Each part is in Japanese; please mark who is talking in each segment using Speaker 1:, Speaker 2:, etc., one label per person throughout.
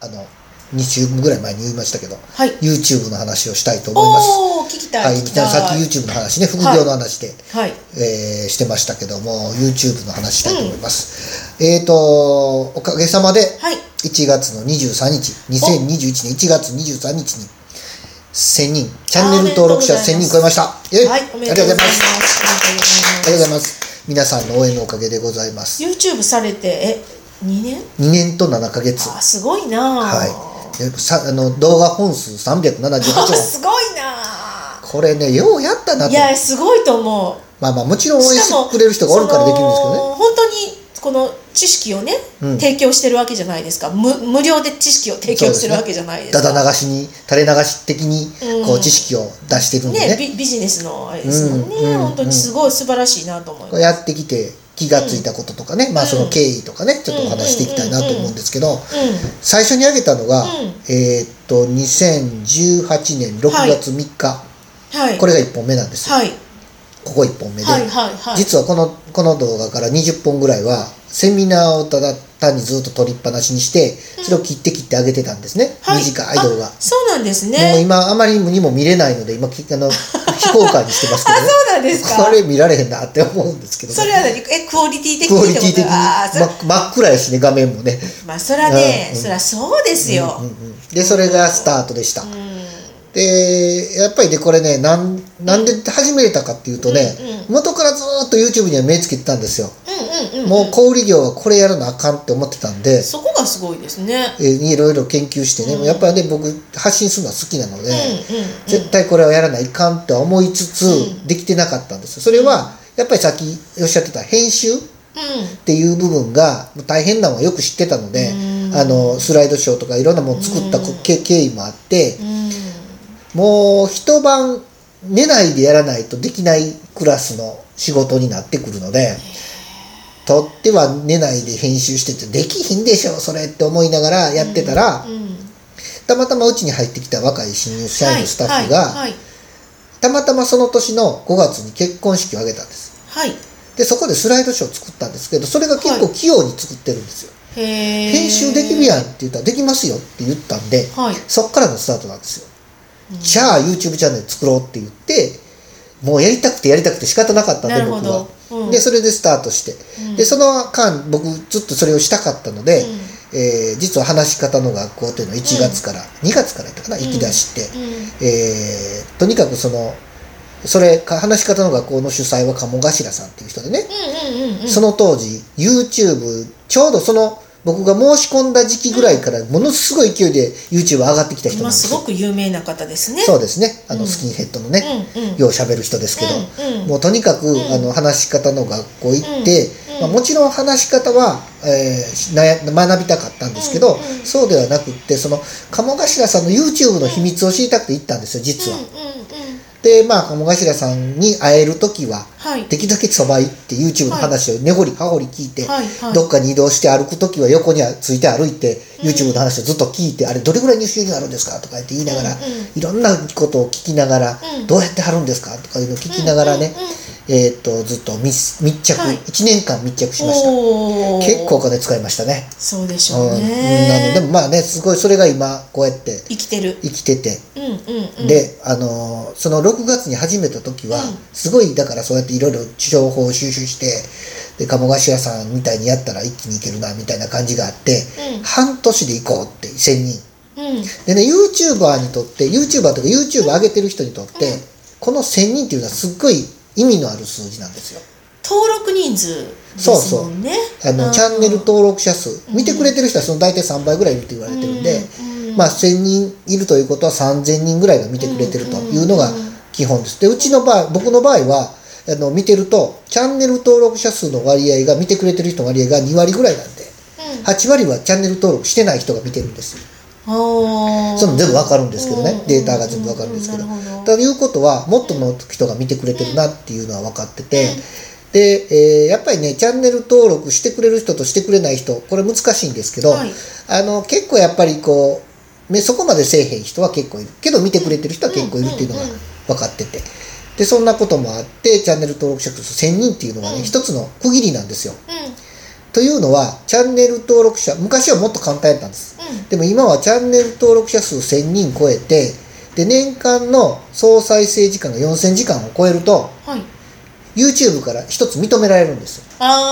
Speaker 1: あの2週ぐらい前に言いましたけど、
Speaker 2: はい
Speaker 1: YouTube の話をしたいと思います。
Speaker 2: おお聞きた
Speaker 1: はいい、
Speaker 2: 聞き
Speaker 1: 北
Speaker 2: た
Speaker 1: 野
Speaker 2: い
Speaker 1: さっき YouTube の話ね副業の話で、
Speaker 2: はい
Speaker 1: えーしてましたけども YouTube の話したいと思います、えっ、とおかげさまで
Speaker 2: はい
Speaker 1: 1月の23日2021年1月23日に1000人チャンネル登録者
Speaker 2: あーお
Speaker 1: 1000
Speaker 2: めで
Speaker 1: 人超えま
Speaker 2: とうございます
Speaker 1: したイェイ
Speaker 2: はいおめでとうございます
Speaker 1: ありがとうございます皆さんの応援のおかげでございます
Speaker 2: YouTube されてえ2年
Speaker 1: 2年と7ヶ月
Speaker 2: あすごいなあ
Speaker 1: はいでさあの動画本数378
Speaker 2: あ
Speaker 1: 本
Speaker 2: すごいなあ
Speaker 1: これねようやったなと
Speaker 2: いやすごいと思う
Speaker 1: まあまあもちろん応援してくれる人がおるからできるんですけどね
Speaker 2: その本当にこの知識をね、
Speaker 1: うん
Speaker 2: 提供してるわけじゃないですか無無料で知識を提供してるわけじゃないです
Speaker 1: た
Speaker 2: か
Speaker 1: だ流しに垂れ流し的に
Speaker 2: うん
Speaker 1: こう知識を出してるんで
Speaker 2: ね
Speaker 1: ね,、
Speaker 2: ビビジネスのあれですもんね、
Speaker 1: うんうん
Speaker 2: 本当にすごい素晴らしいなと思い
Speaker 1: こ
Speaker 2: ま
Speaker 1: う
Speaker 2: す、
Speaker 1: やってきて気がついたこととかね、まあその経緯とかねちょっとお話していきたいなと思うんですけど、
Speaker 2: う
Speaker 1: 最初に挙げたのが、
Speaker 2: うん
Speaker 1: えーっと2018年6月3日、
Speaker 2: んはい
Speaker 1: これが1本目なんですよ、
Speaker 2: はい
Speaker 1: ここ1本目で、
Speaker 2: はいはいはい
Speaker 1: 実はこのこの動画から20本ぐらいはセミナーをただ単にずっと撮りっぱなしにしてそれを切って切ってあげてたんですね、
Speaker 2: はい
Speaker 1: 短い動画
Speaker 2: あ。そうなんですね
Speaker 1: もう今あまりにも見れないので今きあの非公開にしてますけ ど、ね、
Speaker 2: そうなんですか
Speaker 1: これ見られへんなって思うんですけど、ね、
Speaker 2: それは何えクオリティ的
Speaker 1: クオ
Speaker 2: に
Speaker 1: リ
Speaker 2: って
Speaker 1: ティ
Speaker 2: こと
Speaker 1: 的に
Speaker 2: ああそれ
Speaker 1: ま真っ暗やしね画面もね、
Speaker 2: まあそらね、
Speaker 1: うんうん
Speaker 2: そらそうですよ、
Speaker 1: うんうん、でそれがスタートでした、
Speaker 2: うん
Speaker 1: でやっぱりねこれねなんなんで始めたかっていうとね、
Speaker 2: う
Speaker 1: 元からずーっと YouTube には目つけてたんですよ、
Speaker 2: うんうんうん
Speaker 1: もう小売業はこれやらなあかんって思ってたんで、
Speaker 2: そこがすごいですね
Speaker 1: えーいろいろ研究してね、やっぱりね僕発信するのは好きなので、
Speaker 2: うんうんうん
Speaker 1: 絶対これはやらないかんとは思いつつ、できてなかったんですよそれはやっぱりさっきおっしゃってた編集っ
Speaker 2: う
Speaker 1: ていう部分が大変なのはよく知ってたので、あのスライドショーとかいろんなもの作ったこけ経緯もあって、
Speaker 2: んうん
Speaker 1: もう一晩寝ないでやらないとできないクラスの仕事になってくるので。とっては寝ないで編集しててできひんでしょそれって思いながらやってたら、
Speaker 2: うん
Speaker 1: たまたまうちに入ってきた若い新入社員のスタッフが、
Speaker 2: はい
Speaker 1: たまたまその年の5月に結婚式を挙げたんです
Speaker 2: はい、はい
Speaker 1: でそこでスライドショーを作ったんですけどそれが結構器用に作ってるんですよ、
Speaker 2: へー
Speaker 1: 編集できるやんって言ったらできますよって言ったんで、
Speaker 2: はい
Speaker 1: そっからのスタートなんですよ、じゃあ YouTube チャンネル作ろうって言ってもうやりたくてやりたくて仕方なかったん
Speaker 2: な
Speaker 1: で
Speaker 2: るほ
Speaker 1: 僕は
Speaker 2: ど、うん
Speaker 1: でそれでスタートして、でその間僕ずっとそれをしたかったので、えー実は話し方の学校というのを1月から、2月からやったかな行き出して、
Speaker 2: うん
Speaker 1: えーとにかくそのそれか話し方の学校の主催は鴨頭さんっていう人でね、
Speaker 2: うんうんうんうん
Speaker 1: その当時 YouTube ちょうどその僕が申し込んだ時期ぐらいからものすごい勢いで YouTube 上がってきた人なん
Speaker 2: 今
Speaker 1: です
Speaker 2: す
Speaker 1: よ
Speaker 2: ごく有名な方ですね
Speaker 1: そうですねあのスキンヘッドのね、
Speaker 2: うんうん
Speaker 1: ようしゃべる人ですけど、
Speaker 2: うんうん
Speaker 1: もうとにかく、あの話し方の学校行って、
Speaker 2: うんうん
Speaker 1: まあ、もちろん話し方は、えーなや学びたかったんですけど、
Speaker 2: うんうん
Speaker 1: そうではなくってその鴨頭さんの YouTube の秘密を知りたくて行ったんですよ実は。
Speaker 2: うんうんうん
Speaker 1: でまあ鴨頭さんに会える時は、
Speaker 2: はい
Speaker 1: できるだけそば行って YouTube の話を根掘り葉掘り聞いて、
Speaker 2: はいはい
Speaker 1: どっかに移動して歩く時は横にはついて歩いて、YouTube の話をずっと聞いてあれどれぐらいに収入あるんですかとか言って言いながら、
Speaker 2: うんうん
Speaker 1: いろんなことを聞きながら、
Speaker 2: うん
Speaker 1: どうやってはるんですかとかいうのを聞きながらね、えー、とずっと密密着、
Speaker 2: はい
Speaker 1: 1年間密着しました
Speaker 2: おー
Speaker 1: 結構お金使いましたね
Speaker 2: そうでし
Speaker 1: うん
Speaker 2: ょう
Speaker 1: うんあの
Speaker 2: ね
Speaker 1: でもまあねすごいそれが今こうやって
Speaker 2: 生きてる
Speaker 1: 生きてて
Speaker 2: うんうんうん
Speaker 1: で、あのーその6月に始めた時は、
Speaker 2: うん
Speaker 1: すごいだからそうやっていろいろ情報を収集してで鴨頭さんみたいにやったら一気にいけるなみたいな感じがあって、
Speaker 2: うん
Speaker 1: 半年で行こうって1000人
Speaker 2: うん
Speaker 1: でね YouTuber にとって YouTuber とか YouTube 上げてる人にとって、この1000人っていうのはすっごい意味のある数字なんですよ
Speaker 2: 登録人数ですもんね
Speaker 1: あのチャンネル登録者数見てくれてる人はその大体3倍ぐらいいると言われてるんで、
Speaker 2: うんうん
Speaker 1: まあ、1000人いるということは3000人ぐらいが見てくれてるというのが基本です。でうちの場合僕の場合はあの見てるとチャンネル登録者数の割合が見てくれてる人の割合が2割ぐらいなんで
Speaker 2: うん
Speaker 1: 8割はチャンネル登録してない人が見てるんですよ。
Speaker 2: あー
Speaker 1: その全部わかるんですけど
Speaker 2: うんうん
Speaker 1: ね
Speaker 2: うん
Speaker 1: データが全部わかるんですけど。
Speaker 2: うんなるほど
Speaker 1: ということはもっとの人が見てくれてるなっていうのは分かってて、で、えーやっぱりねチャンネル登録してくれる人としてくれない人これ難しいんですけど、
Speaker 2: はい
Speaker 1: あの結構やっぱりこう、ね、そこまでせえへん人は結構いるけど見てくれてる人は結構いるっていうのが
Speaker 2: うんうんうん
Speaker 1: 分かってて。でそんなこともあってチャンネル登録者数1000人っていうのはね、一つの区切りなんですよ。
Speaker 2: うん
Speaker 1: というのは、チャンネル登録者、昔はもっと簡単やったんです。
Speaker 2: うん
Speaker 1: でも今はチャンネル登録者数1000人超えて、で、年間の総再生時間が4000時間を超えると、
Speaker 2: はい
Speaker 1: YouTube から一つ認められるんですよ。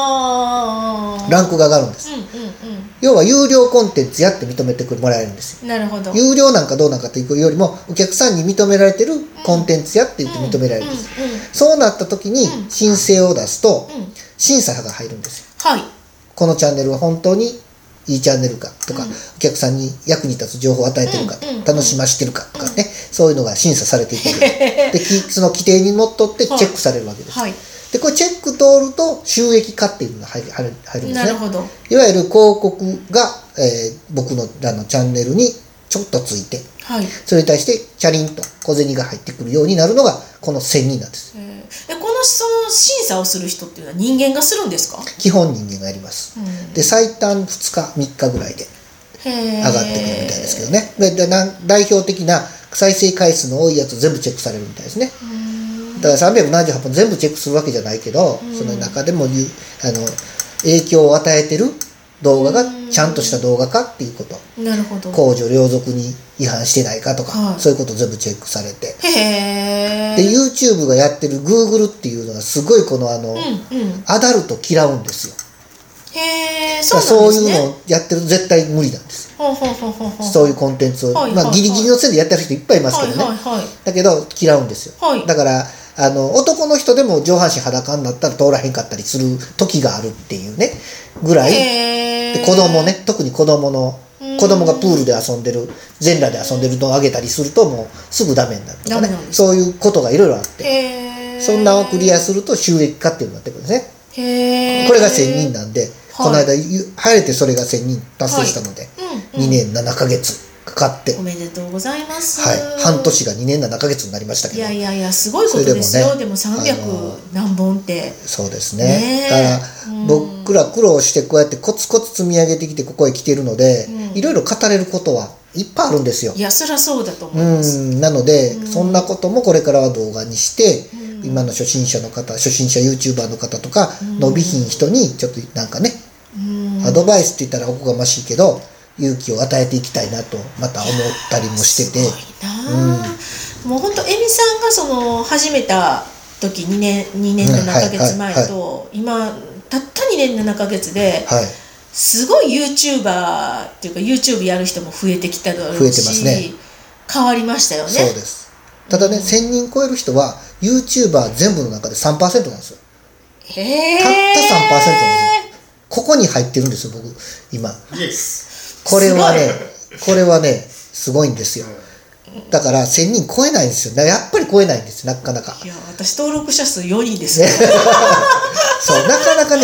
Speaker 2: ああ
Speaker 1: ランクが上がるんです。
Speaker 2: うんうんうん
Speaker 1: 要は有料コンテンツやって認めてもらえるんですよ。
Speaker 2: なるほど
Speaker 1: 有料なんかどうなんかっていうよりも、お客さんに認められてるコンテンツやって言って認められるんです。
Speaker 2: うんうんうん
Speaker 1: そうなった時に
Speaker 2: うん
Speaker 1: 申請を出すと
Speaker 2: うん、
Speaker 1: 審査が入るんですよ。
Speaker 2: はい
Speaker 1: このチャンネルは本当にいいチャンネルかとか、
Speaker 2: うん
Speaker 1: お客さんに役に立つ情報を与えてるかとか、
Speaker 2: うんうん
Speaker 1: 楽しましてるかとかね、そういうのが審査され ていくわけですできその規定にのっとってチ
Speaker 2: はい
Speaker 1: ェックされるわけです、
Speaker 2: はい
Speaker 1: でこれチェック通ると収益化っていうのが入る入る入るんで
Speaker 2: な
Speaker 1: す
Speaker 2: る
Speaker 1: ね
Speaker 2: ほど
Speaker 1: いわゆる広告が、えー僕のらのチャンネルにちょっとついて
Speaker 2: はい
Speaker 1: それに対してチャリンと小銭が入ってくるようになるのがこの1000人なんです
Speaker 2: えーでこのその審査をする人っていうのは人間がするんですか、
Speaker 1: 基本人間がやります、
Speaker 2: うん
Speaker 1: で最短2日3日ぐらいで
Speaker 2: へー
Speaker 1: 上がってくるみたいですけどね、ででなん代表的な再生回数の多いやつ全部チェックされるみたいですね
Speaker 2: うーん
Speaker 1: だから378本全部チェックするわけじゃないけど、
Speaker 2: うん
Speaker 1: その中でもゆあの影響を与えてる動画が
Speaker 2: うん
Speaker 1: ちゃんとした動画かっていうこと
Speaker 2: なるほど
Speaker 1: 公序良俗に違反してないかとか、
Speaker 2: はい
Speaker 1: そういうこと全部チェックされて
Speaker 2: へえ
Speaker 1: で YouTube がやってる Google っていうのはすごいこのあの、
Speaker 2: うんうん
Speaker 1: アダルト嫌うんですよ
Speaker 2: へえ
Speaker 1: だから
Speaker 2: そうなんで
Speaker 1: そ
Speaker 2: す
Speaker 1: う
Speaker 2: ね
Speaker 1: いうのをやってると絶対無理なんです
Speaker 2: ほうほうほうほうほう
Speaker 1: そういうコンテンツを、
Speaker 2: はいはいはい
Speaker 1: まあ、ギリギリの線でやってる人いっぱいいますけどね、
Speaker 2: はいはいはい
Speaker 1: だけど嫌うんですよ、
Speaker 2: はい
Speaker 1: だからあの男の人でも上半身裸になったら通らへんかったりする時があるっていうねぐらい
Speaker 2: へ
Speaker 1: で
Speaker 2: ー
Speaker 1: 子供ね特に子供の
Speaker 2: うん
Speaker 1: 子供がプールで遊んでる全裸で遊んでるのをあげたりするともうすぐダメになるとか
Speaker 2: ダメ
Speaker 1: ね
Speaker 2: なんです
Speaker 1: そういうことがいろいろあって
Speaker 2: へー
Speaker 1: そんなんをクリアすると収益化っていうのになってくるんですね
Speaker 2: へー
Speaker 1: これが1000人なんで、この間ゆ晴れてそれが1000人達成したので、
Speaker 2: うんうん
Speaker 1: 2年7ヶ月かかって
Speaker 2: おめでとうございます
Speaker 1: はい、半年が2年7ヶ月になりましたけ
Speaker 2: い
Speaker 1: ど
Speaker 2: やいやいやすごいことです
Speaker 1: そ
Speaker 2: よ
Speaker 1: れで
Speaker 2: でも
Speaker 1: もねあの
Speaker 2: 300何本って
Speaker 1: そうですね
Speaker 2: ねえ
Speaker 1: だか
Speaker 2: うん
Speaker 1: ら僕ら苦労してこうやってコツコツ積み上げてきてここへ来てるので、
Speaker 2: うん
Speaker 1: いろいろ語れることはいっぱいあるんですよ。
Speaker 2: いやそりゃそうだと思
Speaker 1: う
Speaker 2: います
Speaker 1: んなので、
Speaker 2: うん
Speaker 1: そんなこともこれからは動画にして、
Speaker 2: うん
Speaker 1: 今の初心者の方初心者 YouTuber の方とか、
Speaker 2: うん
Speaker 1: 伸びひん人にちょっとなんかね、
Speaker 2: うん
Speaker 1: アドバイスって言ったらおこがましいけど勇気を与えていきたいなとまた思ったりもしてて。
Speaker 2: すごいなあ、もう本当エミさんがその始めた時2年2年7ヶ月前と、今たった2年7ヶ月で
Speaker 1: はい
Speaker 2: すごい YouTuber っていうか YouTube やる人も増えてきただろう
Speaker 1: 増え
Speaker 2: し
Speaker 1: てますね
Speaker 2: 変わりましたよね
Speaker 1: そうです。ただね、1000人超える人は、YouTuber 全部の中で3%なんですよ。
Speaker 2: へえ
Speaker 1: たった3%なんですよ。ここに入ってるんですよ、僕、今。
Speaker 3: イエス。
Speaker 1: これはね、これはね、すごいんですよ。だから、1000人超えないんですよ。なやっぱり超えないんですよ、なかなか。
Speaker 2: いや私登録者数4人ですよ
Speaker 1: そう、なかなかね、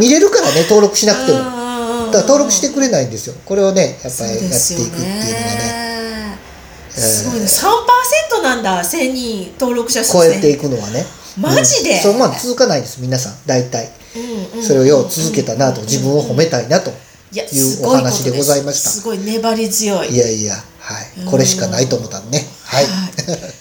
Speaker 1: 見れるからね、登録しなくても。 だから登録してくれないんですよ。これをね、やっぱりやっていくっていうのがね、
Speaker 2: ねすごいね3%なんだ1000人登録者数
Speaker 1: 超えていくのはね。
Speaker 2: マジで
Speaker 1: うんそう、まあ続かないです、皆さん、大体。
Speaker 2: うんうん
Speaker 1: それをよう続けたなと自分を褒めたいなと
Speaker 2: いや
Speaker 1: いうお話でございました
Speaker 2: すごいことですすごい粘り強い
Speaker 1: いやいやはいこれしかないと思ったんでねはい
Speaker 2: はい